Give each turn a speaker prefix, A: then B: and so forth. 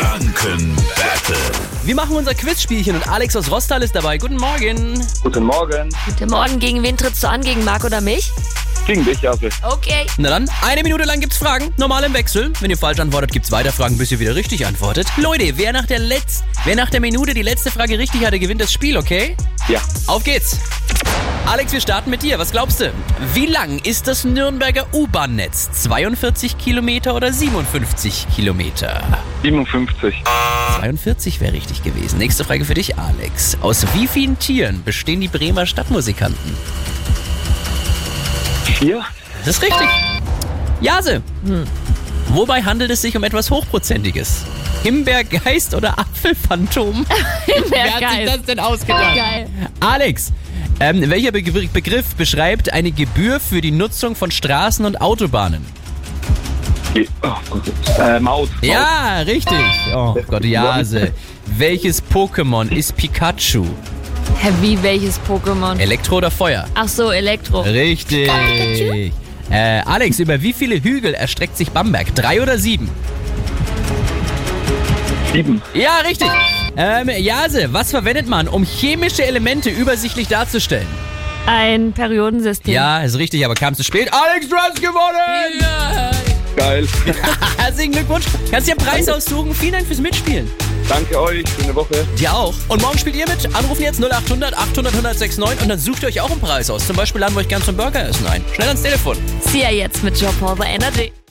A: Franken Battle.
B: Wir machen unser Quizspielchen und Alex aus Rostal ist dabei. Guten Morgen.
C: Guten Morgen.
D: Guten Morgen, gegen wen trittst du an? Gegen Marc oder mich?
C: Gegen dich, Jasel.
D: Okay.
B: Na dann, eine Minute lang gibt's Fragen, normal im Wechsel. Wenn ihr falsch antwortet, gibt's weiter Fragen, bis ihr wieder richtig antwortet. Leute, wer nach der Letz wer nach der Minute die letzte Frage richtig hatte, gewinnt das Spiel, okay?
C: Ja.
B: Auf geht's. Alex, wir starten mit dir. Was glaubst du? Wie lang ist das Nürnberger U-Bahn-Netz? 42 Kilometer oder 57 Kilometer?
C: 57.
B: 42 wäre richtig gewesen. Nächste Frage für dich, Alex. Aus wie vielen Tieren bestehen die Bremer Stadtmusikanten?
C: 4.
B: Das ist richtig. Jase. Wobei handelt es sich um etwas Hochprozentiges? Himbeergeist oder Apfelphantom?
D: Wer
B: denn ausgedacht?
D: Geil.
B: Alex, ähm, welcher Be Begriff beschreibt eine Gebühr für die Nutzung von Straßen und Autobahnen?
C: Oh, Gott. äh, Maut.
B: Ja, richtig. Oh Gott, Jase. Welches Pokémon ist Pikachu?
D: Hä, wie welches Pokémon?
B: Elektro oder Feuer?
D: Ach so, Elektro.
B: Richtig. Äh, Alex, über wie viele Hügel erstreckt sich Bamberg? Drei oder sieben?
C: 7.
B: Ja, richtig. Ähm, Jase, was verwendet man, um chemische Elemente übersichtlich darzustellen?
D: Ein Periodensystem.
B: Ja, ist richtig, aber kam zu spät. Alex, du hast gewonnen!
C: Geil.
B: Herzlichen Glückwunsch. Kannst dir einen Preis aussuchen. Vielen Dank fürs Mitspielen.
C: Danke euch. Schöne Woche.
B: Dir auch. Und morgen spielt ihr mit. Anrufen jetzt 0800 800 1069 und dann sucht ihr euch auch einen Preis aus. Zum Beispiel laden wir euch gern zum Burgeressen ein. Schnell ans Telefon.
D: Sia jetzt mit Job Energy.